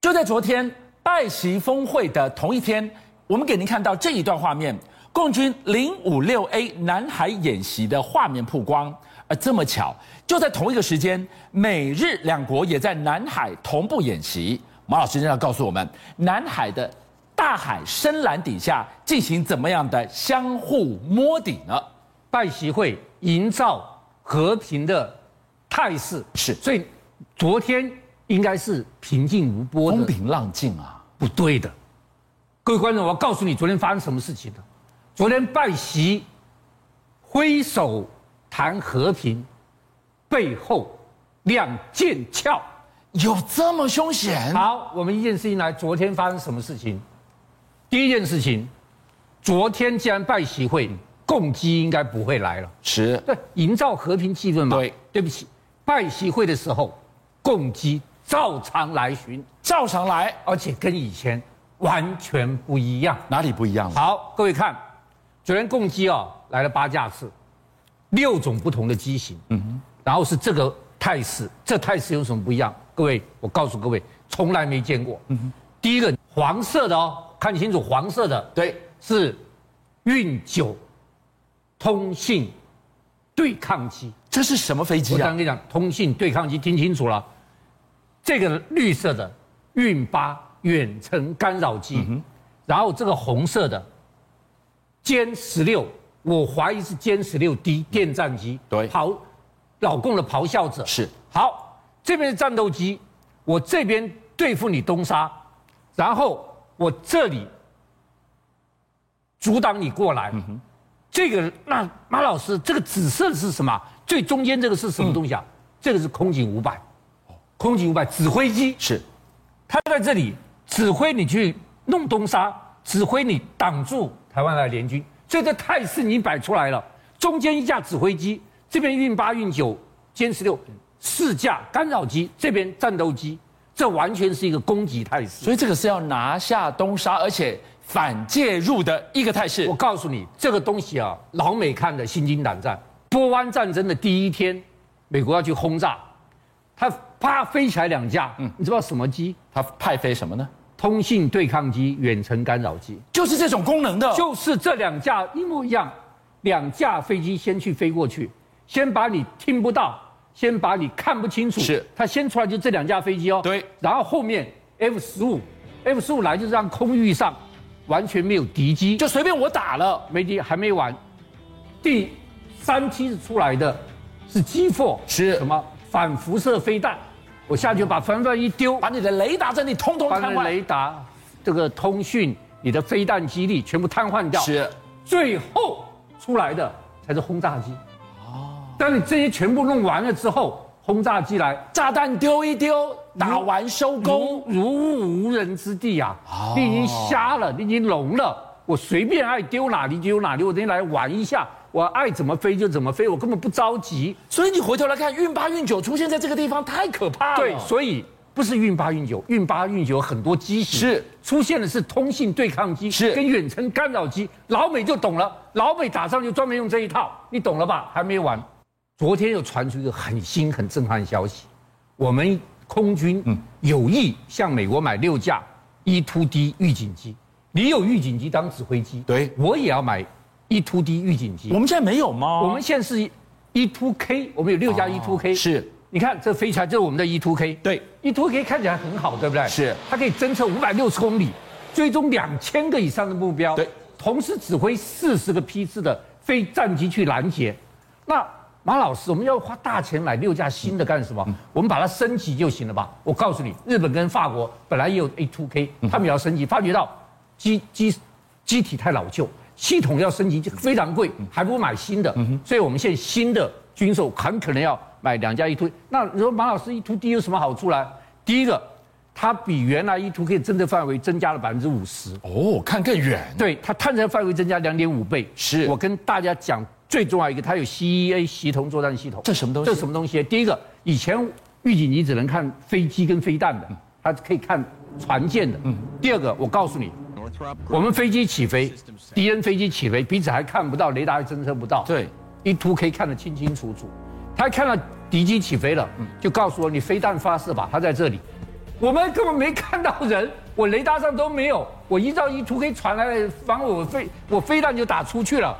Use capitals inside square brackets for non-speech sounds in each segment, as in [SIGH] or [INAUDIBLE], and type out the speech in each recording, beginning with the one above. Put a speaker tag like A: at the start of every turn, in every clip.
A: 就在昨天拜习峰会的同一天，我们给您看到这一段画面：共军零五六 A 南海演习的画面曝光。而这么巧，就在同一个时间，美日两国也在南海同步演习。马老师正要告诉我们，南海的大海深蓝底下进行怎么样的相互摸底呢？
B: 拜习会营造和平的态势，
A: 是
B: 所以昨天应该是平静无波
A: 风
B: 的，
A: 平浪静啊！
B: 不对的。各位观众，我要告诉你昨天发生什么事情的。昨天拜习挥手谈和平，背后亮剑鞘。
A: 有这么凶险？
B: 好，我们一件事情来，昨天发生什么事情？第一件事情，昨天既然拜习会，共机应该不会来了。
A: 是
B: 对，营造和平气氛嘛。
A: 对，
B: 对不起，拜习会的时候，共机照常来巡，
A: 照常来，
B: 而且跟以前完全不一样。
A: 哪里不一样了？
B: 好，各位看，昨天共机哦来了八架次，六种不同的机型，嗯，然后是这个态势，这态势有什么不一样？各位，我告诉各位，从来没见过。嗯，第一个黄色的哦，看清楚，黄色的
A: 对，
B: 是运九通信对抗机。
A: 这是什么飞
B: 我
A: 机啊
B: 刚刚？跟你讲，通信对抗机听清楚了，这个绿色的运八远程干扰
A: 嗯
B: 机，然后这个红色的歼十六，我怀疑是歼十六 D 电战机，
A: 嗯对
B: 咆老共的咆哮者
A: 是
B: 好，这边是战斗机，我这边对付你东沙，然后我这里阻挡你过来。这个那马老师，这个紫色的是什么？最中间这个是什么东西啊？这个是空警五百，空警五百指挥机，
A: 是
B: 它在这里指挥你去弄东沙，指挥你挡住台湾的联军，所以这态势你摆出来了。中间一架指挥机，这边运八、运九、歼十六四架干扰机，这边战斗机，这完全是一个攻击态势。
A: 所以这个是要拿下东沙，而且反介入的一个态势
B: 我。告诉你，这个东西啊，老美看的心惊胆战。波湾战争的第一天，美国要去轰炸，它啪飞起来两架，
A: 嗯
B: 你知道什么机？
A: 它派飞什么呢？
B: 通信对抗机、远程干扰机。
A: 就是这种功能的，
B: 就是这两架一模一样，两架飞机先去飞过去，先把你听不到，先把你看不清楚。
A: 是
B: 它先出来就这两架飞机哦。
A: 对
B: 然后后面 F 十五，F 十五来就是让空域上完全没有敌机，
A: 就随便我打了。
B: 没敌还没完，第三批出来的是 G four，
A: 是
B: 什么反辐射飞弹？我下去把反弹一丢，
A: 把你的雷达阵地通通
B: 把
A: 瘫
B: 你
A: 痪，
B: 雷达、这个通讯、你的飞弹基地全部瘫痪掉。
A: 是
B: 最后出来的才是轰炸机。哦，当你这些全部弄完了之后，轰炸机来
A: 炸弹丢一丢，打完收工
B: 如，如入无人之地啊！你已经瞎了，你已经聋了，我随便爱丢哪里就丢哪里，我今天来玩一下，我爱怎么飞就怎么飞，我根本不着急。
A: 所以你回头来看，运八运九出现在这个地方太可怕了。
B: 对，所以不是运八运九，运八运九有很多机型
A: 是
B: 出现的是通信对抗机，
A: 是
B: 跟远程干扰机，老美就懂了，老美打仗就专门用这一套，你懂了吧？还没完，昨天又传出一个很新很震撼的消息，我们空军
A: 嗯
B: 有意向美国买六架 E t D 预警机，你有预警机当指挥机，
A: 对
B: 我也要买 E t D 预警机
A: 我，们现在没有吗？
B: 我们现在是 E two K，我们有六架 E two K，、
A: 哦是
B: 你看这飞起来，这是我们的 E two K，
A: 对
B: ，E two K 看起来很好，对不对？
A: 是
B: 它可以侦测五百六十公里，追踪两千个以上的目标，
A: 对，
B: 同时指挥四十个批次的非战机去拦截。那马老师，我们要花大钱买六架新的干什么？我们把它升级就行了吧？我告诉你，日本跟法国本来也有 A two K，他们也要升级，发觉到机机机体太老旧，系统要升级就非常贵，还不如买新的。所以我们现在新的军售很可能要买两架 E two。那你说马老师 E two D 有什么好处呢？第一个，它比原来 E two K 侦测范围增加了百分之五十，
A: 哦，看更
B: [LAUGHS]
A: 远，
B: 对它探测范围增加两点五倍。
A: 是
B: 我跟大家讲最重要一个，它有 CEA 协同作战系统。
A: 这什么东西
B: 这什么东西？第一个，以前预警你只能看飞机跟飞弹的，它可以看船舰的。
A: 嗯
B: 第二个，我告诉你，
C: Northrop
B: 我们飞机起飞，敌人飞机起飞，彼此还看不到，雷达还侦测不到。
A: 对，
B: 一图可以看得清清楚楚。他看到敌机起飞了，就告诉我你飞弹发射吧，它在这里。我们根本没看到人，我雷达上都没有，我一照一图 K 传来的防我飞，我飞弹就打出去了。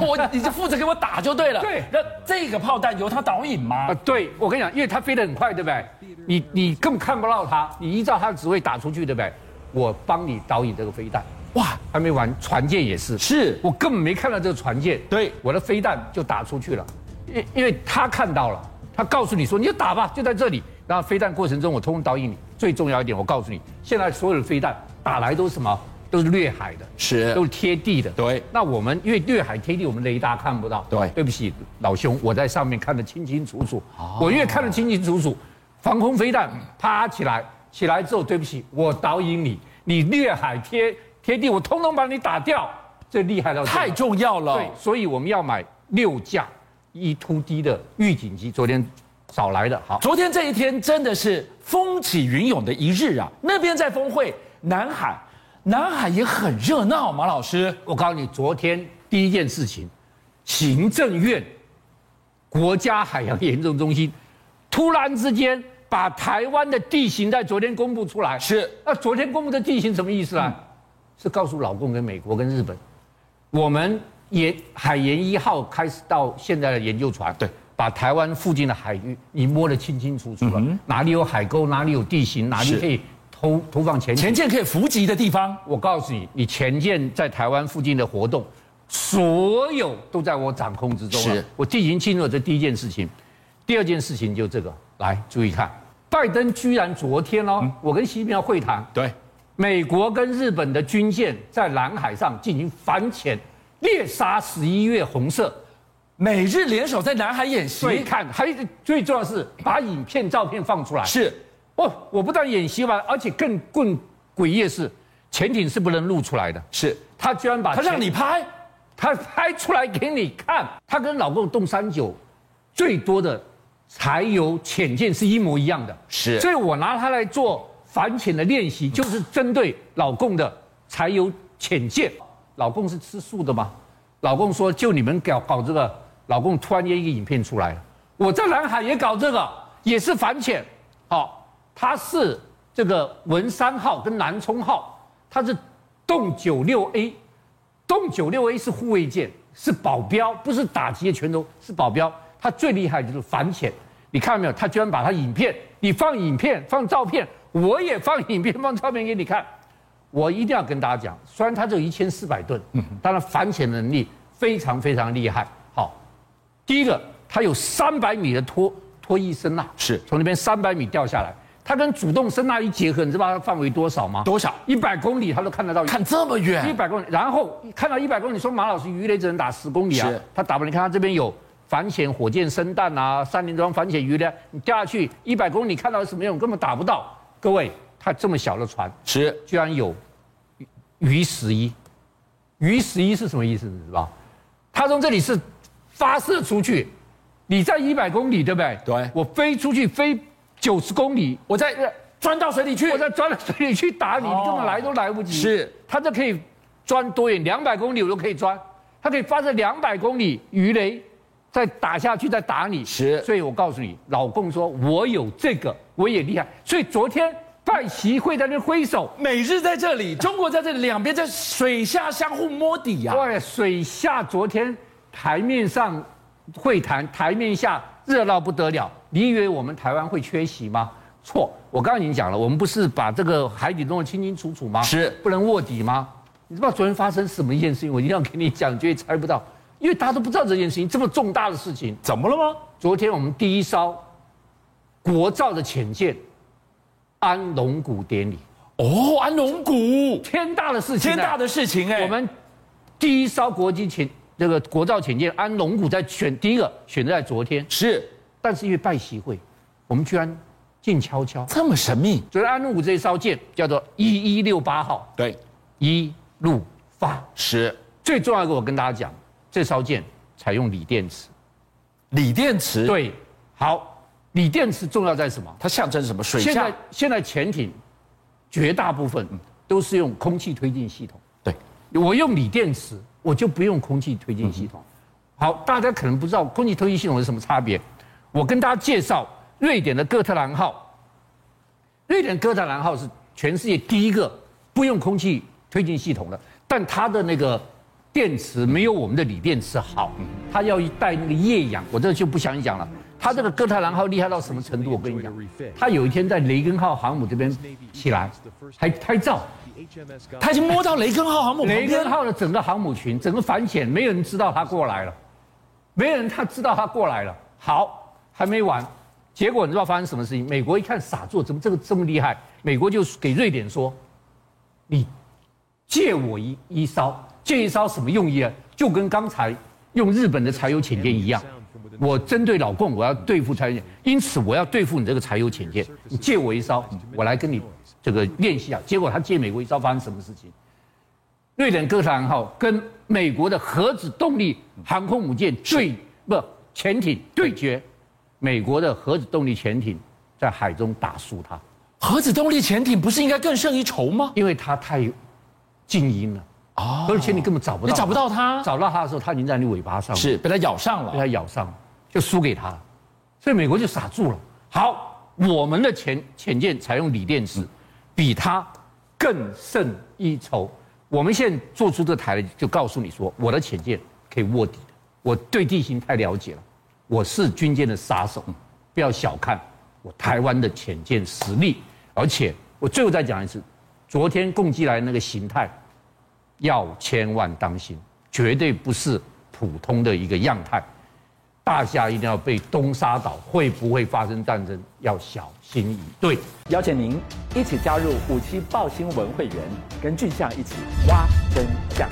A: 我你就负责给我打就对了。
B: 对
A: 那这个炮弹由它导引吗
B: 啊？，对，我跟你讲，因为它飞得很快，对不对？你你根本看不到它，你依照它的指挥打出去，对不对？我帮你导引这个飞弹，
A: 哇，
B: 还没完，船舰也是，
A: 是
B: 我根本没看到这个船舰，
A: 对
B: 我的飞弹就打出去了，因因为他看到了，他告诉你说你就打吧，就在这里。然后飞弹过程中，我通通导引你。最重要一点，我告诉你，现在所有的飞弹打来都是什么？都是掠海的，
A: 是
B: 都是贴地的。
A: 对
B: 那我们因为掠海贴地，我们雷达看不到。
A: 对
B: 对不起，老兄，我在上面看得清清楚楚。
A: 哦
B: 我越看得清清楚楚，防空飞弹啪起来，起来之后，对不起，我导引你，你掠海贴贴地，我通通把你打掉。这厉害到这样
A: 太重要了。
B: 对，所以我们要买六架 E Two D 的预警机，昨天找来的，好。
A: 昨天这一天真的是风起云涌的一日啊！那边在峰会，南海，南海也很热闹。马老师，
B: 我告诉你，昨天第一件事情，行政院国家海洋研究中心突然之间把台湾的地形在昨天公布出来。
A: 是
B: 那昨天公布的地形什么意思啊？
A: 嗯
B: 是告诉老共跟美国跟日本，我们研海研一号开始到现在的研究船，
A: 对，
B: 把台湾附近的海域你摸得清清楚楚了，哪里有海沟，哪里有地形，哪
A: 嗯是
B: 里可以投投放潜艇
A: 前。舰可以伏击的地方，
B: 我告诉你，你前舰在台湾附近的活动，所有都在我掌控之中了。
A: 是
B: 我进行清楚了这第一件事情，第二件事情就这个，来注意看，拜登居然昨天哦，
A: 嗯
B: 我跟习近平会谈，
A: 对，
B: 美国跟日本的军舰在南海上进行反潜，猎杀十一月红色。
A: 美日联手在南海演
B: 所以
A: 习，
B: 看，还有最重要的是把影片、照片放出来。
A: 是
B: 哦，我不但演习完，而且更更诡异的是，潜艇是不能露出来的。
A: 是，
B: 他居然把
A: 他
B: 潜
A: 让你拍，
B: 他拍出来给你看，他跟老共动三九最多的柴油潜舰是一模一样的，
A: 是
B: 所以我拿它来做反潜的练习，就是针对老共的柴油潜舰。老共是吃素的吗？老共说就你们搞搞这个，老共突然间一个影片出来了，我在南海也搞这个，也是反潜，好、它是这个文山号跟南充号，它是动九六 A 动九六 A 是护卫舰，是保镖，不是打击的拳头，是保镖。它最厉害的就是反潜，你看到没有？它居然把它影片，你放影片，放照片，我也放影片，放照片给你看。我一定要跟大家讲，虽然它只有一千四百吨，但它反潜能力非常非常厉害。好，第一个，它有三百米的拖拖曳声呐，
A: 是
B: 从那边三百米掉下来。它跟主动声呐一结合，你知道它范围多少吗？
A: 多少
B: 一百公里，它都看得到。
A: 看这么
B: 一
A: 远，
B: 百公里，然后看到一百公里，说马老师鱼雷只能打十公里啊
A: 是，
B: 他打不了。你看他这边有反潜火箭升弹啊，三连装反潜鱼雷，你掉下去一百公里，看到什么用？根本打不到。各位，他这么小的船，
A: 是
B: 居然有鱼鱼十一，鱼十一是什么意思？你知道吧？它从这里是发射出去，你在一百公里，对不对？
A: 对
B: 我飞出去飞九十公里，
A: 我在钻到水里去
B: 我，再钻到水里去打你，
A: 哦
B: 你根本来都来不及。
A: 是，
B: 它这可以钻多远？两百公里我都可以钻，它可以发射两百公里鱼雷，再打下去再打你。
A: 是
B: 所以我告诉你，老共说我有这个，我也厉害。所以昨天拜习会在那挥手，
A: 美日在这里，中国在这里，两边在水下相互摸底呀、啊。
B: 哇，水下昨天台面上会谈，台面下热闹不得了。你以为我们台湾会缺席吗？错，我刚刚已经讲了，我们不是把这个海底弄得清清楚楚吗？
A: 是
B: 不能卧底吗？你知道昨天发生什么一件事情？我一定要给你讲，你绝对猜不到，因为大家都不知道这件事情这么重大的事情。
A: 怎么了吗？
B: 昨天我们第一艘国造的潜舰安龙谷典礼，
A: 哦，安龙谷，
B: 天大的事情、啊，
A: 天大的事情哎、
B: 我们第一艘国际潜这个国造潜舰安龙谷在选第一个选择在昨天，
A: 是
B: 但是因为拜习会，我们居然静悄悄。
A: 这么神秘，
B: 昨天安龙谷这一艘舰叫做一一六八号
A: 对，
B: 一路发，
A: 是
B: 最重要的我跟大家讲，这艘舰采用锂电池。
A: 锂电池，，
B: 对，好，锂电池重要在什么？
A: 它象征什么？水
B: 现
A: 下
B: 在现在潜艇绝大部分都是用空气推进系统。
A: 对，
B: 我用锂电池，我就不用空气推进系统。好，大家可能不知道空气推进系统有什么差别，我跟大家介绍瑞典的哥特兰号。瑞典哥特兰号是全世界第一个不用空气推进系统的，但它的那个电池没有我们的锂电池好，它要带那个液氧，我这就不详细讲了。它这个哥特兰号厉害到什么程度？我跟你讲，它有一天在雷根号航母这边起来，还拍照。
A: 他已经摸到雷根号航母旁
B: 雷
A: 边
B: 根
A: 了。
B: 号的整个航母群，整个反潜，没有人知道他过来了，没有人他知道他过来了。好，还没完，结果你知道发生什么事情？美国一看傻做，怎么这个这么厉害？美国就给瑞典说，你借我一一艘，借一艘什么用意啊？就跟刚才用日本的柴油潜舰一样，我针对老共，我要对付柴油潜，因此我要对付你这个柴油潜舰，你借我一艘，我来跟你这个练习啊。结果他借美国一艘，发生什么事情？瑞典哥特兰号跟美国的核子动力航空母舰对不潜艇对决，美国的核子动力潜艇在海中打输它，
A: 核子动力潜艇不是应该更胜一筹吗？哦
B: 因为它太静音了啊，而且你根本找不
A: 你
B: 到，
A: 找不到它，
B: 找到它的时候，它已经在你尾巴上了，
A: 是被它咬上了。
B: 被它咬上了，就输给它了，所以美国就傻住了。好，我们的潜潜舰采用锂电池，比它更胜一筹。我们现在做出这台来，就告诉你说，我的潜舰可以卧底的，我对地形太了解了，我是军舰的杀手，不要小看我台湾的潜舰实力。而且我最后再讲一次，昨天共济来那个形态，要千万当心，绝对不是普通的一个样态。大家一定要被东沙岛会不会发生战争要小心以对。
C: 邀请您一起加入五七报新闻会员，跟俊相一起挖真相。